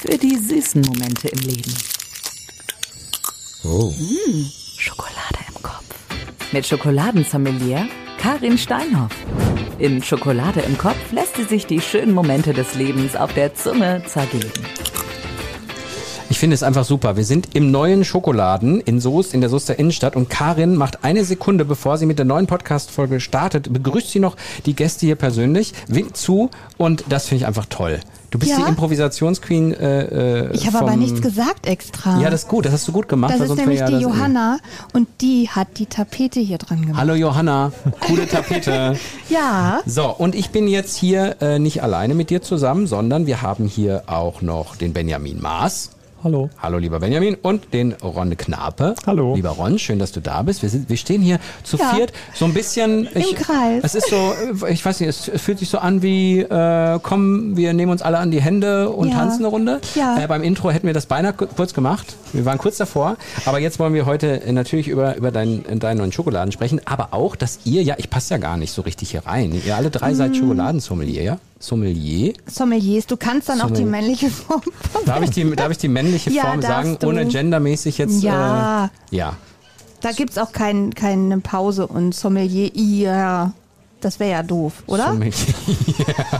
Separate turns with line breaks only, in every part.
Für die süßen Momente im Leben. Hm,
Oh.
Schokolade im Kopf. Mit Schokoladensommelier Karin Steinhoff. In Schokolade im Kopf lässt sie sich die schönen Momente des Lebens auf der Zunge zergeben.
Ich finde es einfach super. Wir sind im neuen Schokoladen in Soest, in der Soester Innenstadt und Karin macht eine Sekunde, bevor sie mit der neuen Podcast-Folge startet, begrüßt sie noch die Gäste hier persönlich, winkt zu und das finde ich einfach toll. Du bist
Ja.
die Improvisationsqueen. Äh, äh,
Ich habe aber
vom-
nichts gesagt extra.
Ja, das ist gut, das hast du gut gemacht.
Das
weil
ist
sonst
nämlich
wäre
die
ja das-
Johanna und die hat die Tapete hier dran gemacht.
Hallo Johanna, coole Tapete.
Ja,
So, und ich bin jetzt hier äh, nicht alleine mit dir zusammen, sondern wir haben hier auch noch den Benjamin Maas.
Hallo.
Hallo, lieber Benjamin. Und den Ron Knape.
Hallo.
Lieber Ron, schön, dass du da bist. Wir, sind, wir stehen hier zu
Ja.
viert, so ein bisschen. Ich,
Kreis.
Es ist so, äh, ich weiß nicht, es es fühlt sich so an wie, äh, komm, wir nehmen uns alle an die Hände und
Ja.
tanzen eine Runde.
Ja.
Äh, beim Intro hätten wir das beinahe ku- kurz gemacht. Wir waren kurz davor. Aber jetzt wollen wir heute äh, natürlich über, über deinen, äh, deinen neuen Schokoladen sprechen. Aber auch, dass ihr, ja, ich passe ja gar nicht so richtig hier rein. Ihr alle drei
Mm.
seid Schokoladensommelier, ja? Sommelier.
Sommeliers, du kannst dann auch die
Sommelier.
männliche Form.
Darf ich die, darf ich die männliche
Ja,
Form
darfst
sagen,
du.
ohne gendermäßig jetzt?
Ja.
Äh, ja.
Da gibt's auch kein, keine Pause und Sommelier, ja. Das wäre ja doof, oder?
Sommelier.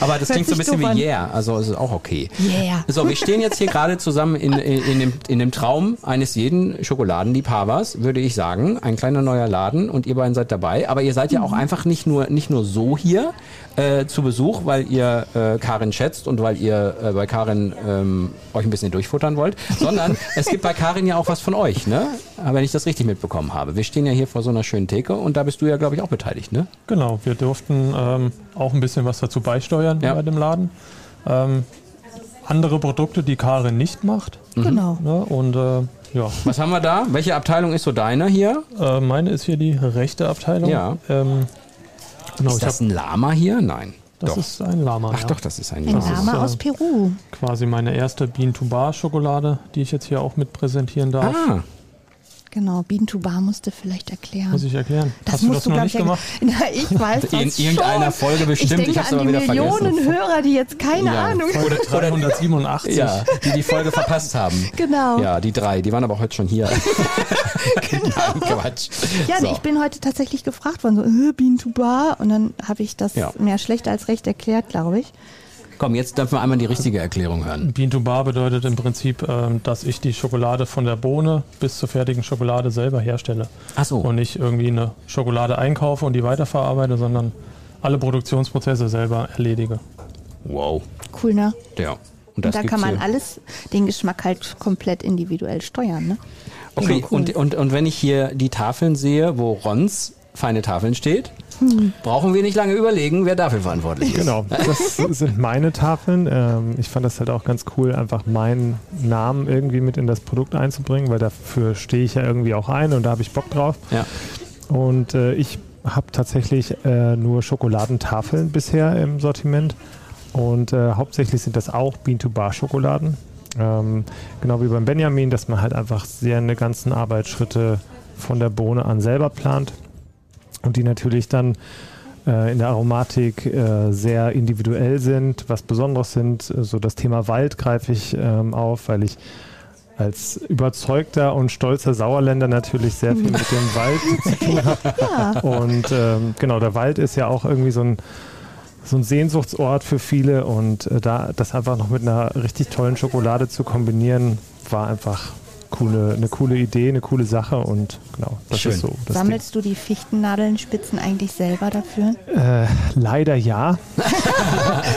Aber das klingt
Hört
so ein
sich
bisschen
doof an.
wie Yeah, also ist auch okay.
Yeah.
So, wir stehen jetzt hier gerade zusammen in, in, in, dem, in dem Traum eines jeden Schokoladenliebhabers, würde ich sagen. Ein kleiner neuer Laden und ihr beiden seid dabei. Aber ihr seid ja auch
Mhm.
einfach nicht nur, nicht nur so hier äh, zu Besuch, weil ihr äh, Karin schätzt und weil ihr äh, bei Karin ähm, euch ein bisschen durchfuttern wollt, sondern es gibt bei Karin ja auch was von euch, ne? Aber wenn ich das richtig mitbekommen habe. Wir stehen ja hier vor so einer schönen Theke und da bist du ja, glaube ich, auch beteiligt, ne?
Genau, wir durften ähm, auch ein bisschen was dazu beisteuern
Ja.
bei dem Laden. Ähm, andere Produkte, die Karin nicht macht.
mhm.
Genau.
Ne? Und äh, ja,
Was haben wir da? Welche Abteilung ist so deine hier?
äh, meine ist hier die rechte Abteilung.
Ja.
Ähm, genau,
Ist
ich
das
hab,
ein Lama hier? Nein.
das
doch.
ist ein Lama.
Ach
ja.
doch, das ist ein
Ein
Lama.
ist,
Name
äh,
aus Peru.
Quasi meine erste Bean-to-Bar-Schokolade, die ich jetzt hier auch mit präsentieren darf.
Ah,
Genau, Bean to Bar musste vielleicht erklären.
Muss ich erklären.
das
Hast du
musst
das noch
glaub
nicht
ich,
gemacht?
erklären. Na, ich weiß das
In irgendeiner
schon.
Folge bestimmt, ich
Ich denke
hab's
an
aber
die
wieder vergessen.
Millionen Hörer, die jetzt keine
Ja.
Ahnung haben.
Oder- oder-
387.
ja, die die Folge verpasst haben.
Genau.
Ja, die drei, die waren aber heute schon hier. Genau. Nein, Quatsch.
Ja,
So.
nee, ich bin heute tatsächlich gefragt worden, so, äh, Bean to Bar. Und dann habe ich das
Ja.
mehr schlecht als recht erklärt, glaube ich.
Komm, jetzt dürfen wir einmal die richtige Erklärung hören.
Bean to Bar bedeutet im Prinzip, ähm, dass ich die Schokolade von der Bohne bis zur fertigen Schokolade selber herstelle.
Ach so.
Und nicht irgendwie eine Schokolade einkaufe und die weiterverarbeite, sondern alle Produktionsprozesse selber erledige.
Wow.
Cool, ne?
Ja. Und
Und da
gibt's
kann man
hier.
alles, den Geschmack halt komplett individuell steuern, ne?
Okay,
Mega cool.
und, und, und wenn ich hier die Tafeln sehe, wo Rons feine Tafeln steht,
Hm.
brauchen wir nicht lange überlegen, wer dafür verantwortlich ist.
Genau, das sind meine Tafeln. Ähm, ich fand das halt auch ganz cool, einfach meinen Namen irgendwie mit in das Produkt einzubringen, weil dafür stehe ich ja irgendwie auch ein und da habe ich Bock drauf.
Ja.
Und äh, ich habe tatsächlich äh, nur Schokoladentafeln bisher im Sortiment. Und äh, hauptsächlich sind das auch Bean-to-Bar-Schokoladen. Ähm, genau wie beim Benjamin, dass man halt einfach sehr eine ganzen Arbeitsschritte von der Bohne an selber plant. Und die natürlich dann äh, in der Aromatik äh, sehr individuell sind, was Besonderes sind. So das Thema Wald greife ich ähm, auf, weil ich als überzeugter und stolzer Sauerländer natürlich sehr viel mit dem Wald zu tun habe. Und ähm, genau, der Wald ist ja auch irgendwie so ein, so ein Sehnsuchtsort für viele und äh, da das einfach noch mit einer richtig tollen Schokolade zu kombinieren, war einfach coole, eine coole Idee, eine coole Sache und genau, das
Schön.
ist so. Das Ding.
Sammelst du die Fichtennadelnspitzen eigentlich selber dafür?
Leider ja.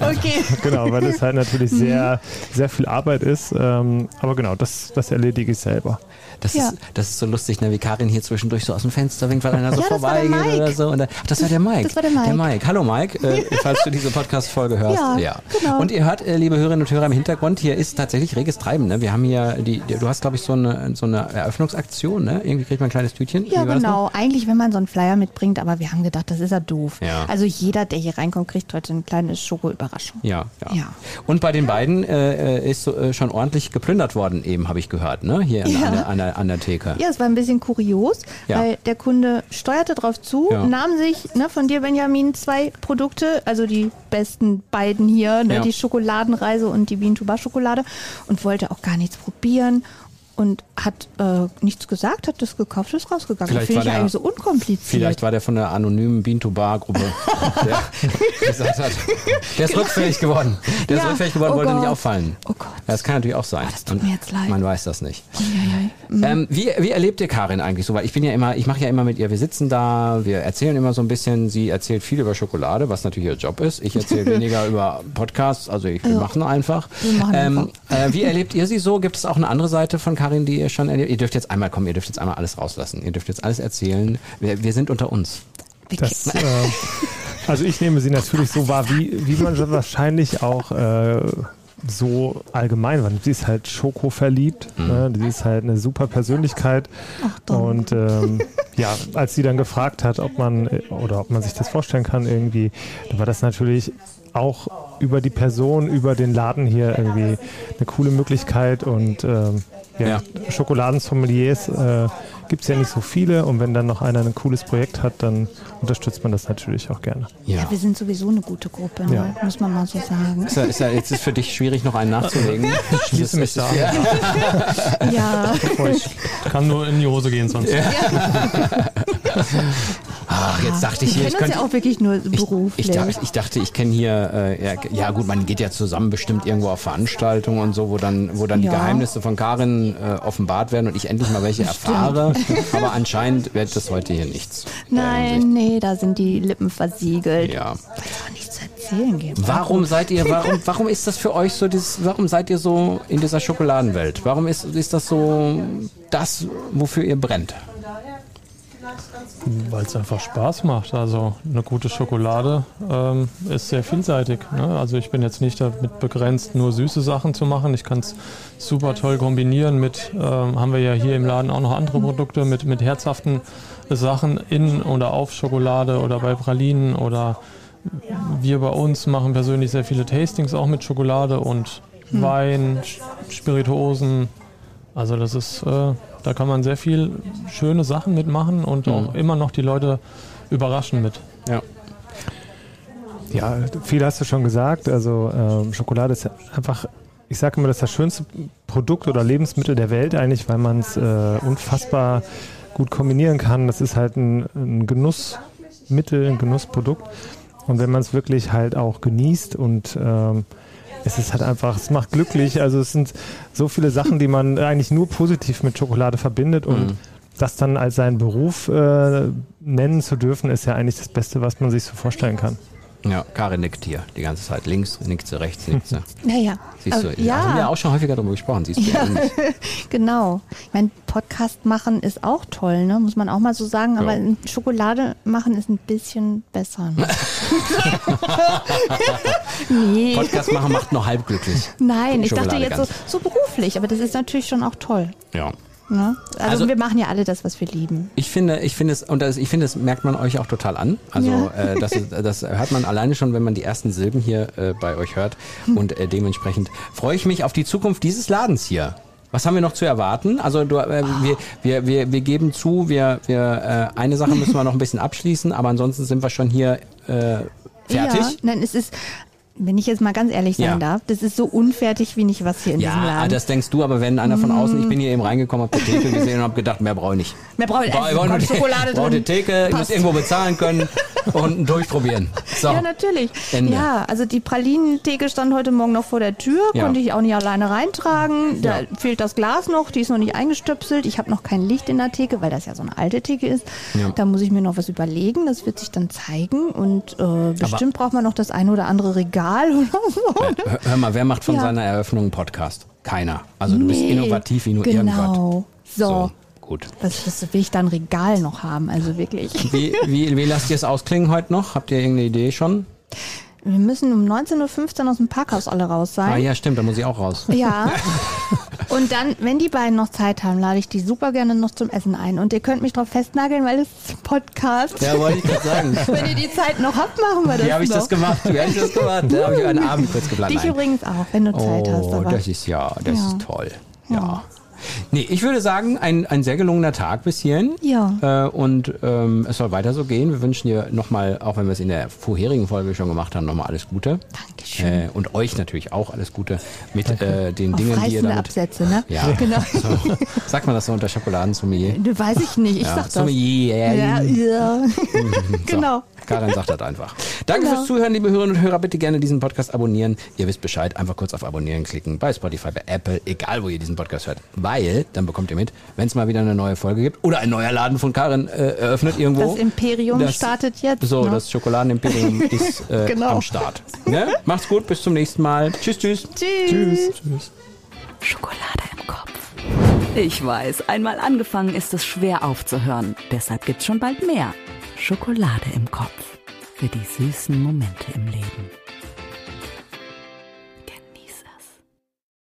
Okay.
Genau, weil das halt natürlich sehr, sehr viel Arbeit ist. Ähm, aber genau, das, das erledige ich selber.
Das,
Ja.
ist, das ist so lustig, ne? wie Karin hier zwischendurch so aus dem Fenster winkt, weil einer so
Ja, das war der
vorbeigeht
Mike.
oder so. Und da, ach, das war der Mike.
Das war der Mike.
Der Mike. Hallo Mike, äh, falls du diese Podcast-Folge hörst.
Ja, genau.
Und ihr hört, äh, liebe Hörerinnen und Hörer im Hintergrund, hier ist tatsächlich reges Treiben. Ne? Wir haben hier, die, die- du hast glaube ich so ein eine, so eine Eröffnungsaktion, ne? Irgendwie kriegt man ein kleines Tütchen.
Ja,
Wie war das noch?
genau. Eigentlich, wenn man so einen Flyer mitbringt, aber wir haben gedacht, das ist ja doof.
Ja.
Also jeder, der hier reinkommt, kriegt heute eine kleine Schoko-Überraschung.
Ja, ja,
Ja.
Und bei den beiden äh, äh, ist so, äh, schon ordentlich geplündert worden, eben habe ich gehört, ne? Hier an,
Ja.
an, der, an, der, an der Theke.
Ja, es war ein bisschen kurios,
Ja.
weil der Kunde steuerte drauf zu,
Ja.
nahm sich ne, von dir, Benjamin, zwei Produkte, also die besten beiden hier, ne,
Ja.
die Schokoladenreise und die Wien-Tuba-Schokolade und wollte auch gar nichts probieren und hat äh, nichts gesagt, hat das gekauft, ist rausgegangen.
Vielleicht
Finde
war
ich
der-
eigentlich so unkompliziert.
Vielleicht war der von der anonymen Bean-to-Bar-Gruppe, der gesagt hat, der ist rückfällig geworden. Der ist
Genau. Ja,
rückfällig geworden,
oh
wollte nicht
Gott.
auffallen.
Oh Gott.
Das kann natürlich auch sein.
das tut mir jetzt leid.
Man weiß das nicht.
Uiuiui.
Ähm, wie, wie erlebt ihr Karin eigentlich so? Weil ich bin ja immer, ich mache ja immer mit ihr, wir sitzen da, wir erzählen immer so ein bisschen, sie erzählt viel über Schokolade, was natürlich ihr Job ist. Ich erzähle weniger über Podcasts, also ich, wir machen einfach.
Wir machen
ähm, äh, wie erlebt ihr sie so? Gibt es auch eine andere Seite von Karin, die ihr schon erlebt? Ihr dürft jetzt einmal kommen, ihr dürft jetzt einmal alles rauslassen, ihr dürft jetzt alles erzählen. Wir, wir sind unter uns.
Wir
Das, äh, also ich nehme sie natürlich so wahr, wie, wie man sie wahrscheinlich auch äh, so allgemein war. Sie ist halt Schoko verliebt, ne? sie ist halt eine super Persönlichkeit. und ähm, ja, als sie dann gefragt hat, ob man äh, oder ob man sich das vorstellen kann irgendwie, dann war das natürlich auch über die Person, über den Laden hier irgendwie eine coole Möglichkeit und ähm, ja,
Ja.
Schokoladensommeliers äh, gibt es ja nicht so viele und wenn dann noch einer ein cooles Projekt hat, dann unterstützt man das natürlich auch gerne.
Ja.
ja, wir sind sowieso eine gute Gruppe, ne? muss man mal so sagen.
Ist ja, ist ja, jetzt ist für dich schwierig, noch einen nachzulegen. Ich
schließe mich da an.
Ja. äh,
Ja,
Kann nur in die Hose gehen sonst.
Ach, jetzt dachte ich
wir
hier, ich
kennen uns
könnte,
ja auch wirklich nur
Ich,
beruflich.
ich, dacht- ich dachte, ich kenne hier, äh, ja, ja gut, man geht ja zusammen bestimmt irgendwo auf Veranstaltungen und so, wo dann, wo dann die
Ja.
Geheimnisse von Karin äh, offenbart werden und ich endlich mal welche erfahre. Aber anscheinend wird das heute hier nichts. in der Hinsicht.
Nein, nee, da sind die Lippen versiegelt.
Ja.
Weil es auch nichts zu erzählen gibt.
Warum seid ihr, warum, warum ist das für euch so dieses, warum seid ihr so in dieser Schokoladenwelt? Warum ist, ist das so das, wofür ihr brennt?
Weil es einfach Spaß macht. Also eine gute Schokolade ähm, ist sehr vielseitig. Ne? Also ich bin jetzt nicht damit begrenzt, nur süße Sachen zu machen. Ich kann es super toll kombinieren mit, ähm, haben wir ja hier im Laden auch noch andere Produkte mit, mit herzhaften Sachen in oder auf Schokolade oder bei Pralinen oder wir bei uns machen persönlich sehr viele Tastings auch mit Schokolade und Wein, Sch- Spirituosen. Also das ist, äh, da kann man sehr viel schöne Sachen mitmachen und auch immer noch die Leute überraschen mit.
Ja.
Ja, viel hast du schon gesagt. Also ähm, Schokolade ist einfach, ich sage immer, das ist das schönste Produkt oder Lebensmittel der Welt eigentlich, weil man es äh, unfassbar gut kombinieren kann. Das ist halt ein, ein Genussmittel, ein Genussprodukt. Und wenn man es wirklich halt auch genießt und ähm, es ist halt einfach, es macht glücklich. Also es sind so viele Sachen, die man eigentlich nur positiv mit Schokolade verbindet und das dann als seinen Beruf äh, nennen zu dürfen, ist ja eigentlich das Beste, was man sich so vorstellen kann.
Ja, Karin nickt hier die ganze Zeit. Links nickt sie, rechts nickt sie.
Naja,
Siehst du,
aber-
da haben wir
Äh, ja,
auch schon häufiger darüber gesprochen. Siehst du, ja.
genau. Ich meine, Podcast machen ist auch toll, ne? muss man auch mal so sagen, aber
Ja.
Schokolade machen ist ein bisschen besser. Ne? nee,
Podcast machen macht nur halb glücklich.
nein, ich dachte
Schokolade
jetzt so,
ganz.
so beruflich, aber das ist natürlich schon auch toll.
Ja.
Ne? Also,
Also-
wir machen ja alle das, was wir lieben.
Ich finde, ich finde es, und das, ich finde, das merkt man euch auch total an. Also
Ja.
äh, das, ist, das hört man alleine schon, wenn man die ersten Silben hier äh, bei euch hört. Und äh, dementsprechend freue ich mich auf die Zukunft dieses Ladens hier. Was haben wir noch zu erwarten? Also du, äh, wir, wir, wir, wir geben zu, wir, wir äh, eine Sache müssen wir noch ein bisschen abschließen, aber ansonsten sind wir schon hier äh,
Ja,
fertig.
nein, es ist, wenn ich jetzt mal ganz ehrlich sein
Ja.
darf, das ist so unfertig wie nicht was hier in diesem
Ja,
Laden. Mm.
das denkst du, aber wenn einer von außen, ich bin hier eben reingekommen, hab die Theke gesehen und hab gedacht, mehr brauche ich nicht.
Mehr brauche ich
Boah, ich
also, kommt
wollte
Schokolade
brauche die
drin.
Theke, ich muss
Passt.
irgendwo bezahlen können und durchprobieren. So.
Ja, natürlich.
Ende.
Ja, also die Pralinentheke stand heute Morgen noch vor der Tür,
Ja.
konnte ich auch nicht alleine reintragen. Da
Ja.
fehlt das Glas noch, die ist noch nicht eingestöpselt. Ich habe noch kein Licht in der Theke, weil das ja so eine alte Theke ist.
Ja.
Da muss ich mir noch was überlegen, das wird sich dann zeigen. Und äh, bestimmt braucht man noch das eine oder andere Regal oder so.
Äh, hör- Hör mal, wer macht von
Ja.
seiner Eröffnung einen Podcast? Keiner. Also du bist
Nee,
innovativ wie nur irgendwas.
Genau. So.
So, gut.
Was, was will ich da ein Regal noch haben? Also wirklich.
Wie, wie, wie lasst ihr es ausklingen heute noch? Habt ihr irgendeine Idee schon?
Wir müssen um 19.15 Uhr aus dem Parkhaus alle raus
Ah
sein.
ja, stimmt, da muss ich auch raus.
Ja, Und dann, wenn die beiden noch Zeit haben, lade ich die super gerne noch zum Essen ein. Und ihr könnt mich drauf festnageln, weil es ist ein Podcast.
Ja, wollte ich gerade sagen.
Wenn ihr die Zeit noch habt, machen wir das
Wie habe ich
noch.
das gemacht? Wie habe ich das gemacht? Da habe ich einen Abend kurz geplant.
Dich
Nein.
übrigens auch, wenn du Zeit hast.
Oh,
Aber
das ist ja, das
Ja.
ist toll. Ja. Nee, ich würde sagen, ein, ein sehr gelungener Tag bis hierhin.
Ja.
Äh, und ähm, es soll weiter so gehen. Wir wünschen dir nochmal, auch wenn wir es in der vorherigen Folge schon gemacht haben, nochmal alles Gute.
Dankeschön.
Äh, und euch natürlich auch alles Gute mit äh, den Dingen,
Auf
die ihr
reißende
damit...
Absätze, ne?
Ja,
Genau.
so. Sagt man das so unter Schokoladensommelier?
Ne, Weiß ich nicht, ich
Ja,
sag das.
Sommelier.
Ja, ja. genau.
So, Karin sagt das einfach. Danke
Genau.
fürs Zuhören, liebe Hörerinnen und Hörer. Bitte gerne diesen Podcast abonnieren. Ihr wisst Bescheid. Einfach kurz auf Abonnieren klicken. Bei Spotify, bei Apple, egal wo ihr diesen Podcast hört. Weil, dann bekommt ihr mit, wenn es mal wieder eine neue Folge gibt oder ein neuer Laden von Karin äh, eröffnet irgendwo.
Das Imperium startet jetzt,
So,
ne?
das Schokoladen-Imperium ist äh,
Genau.
am Start. Ne? Macht's gut, bis zum nächsten Mal. Tschüss, tschüss.
Tschüss.
Tschüss.
Schokolade im Kopf. Ich weiß, einmal angefangen ist es schwer aufzuhören. Deshalb gibt's schon bald mehr. Schokolade im Kopf. Für die süßen Momente im Leben.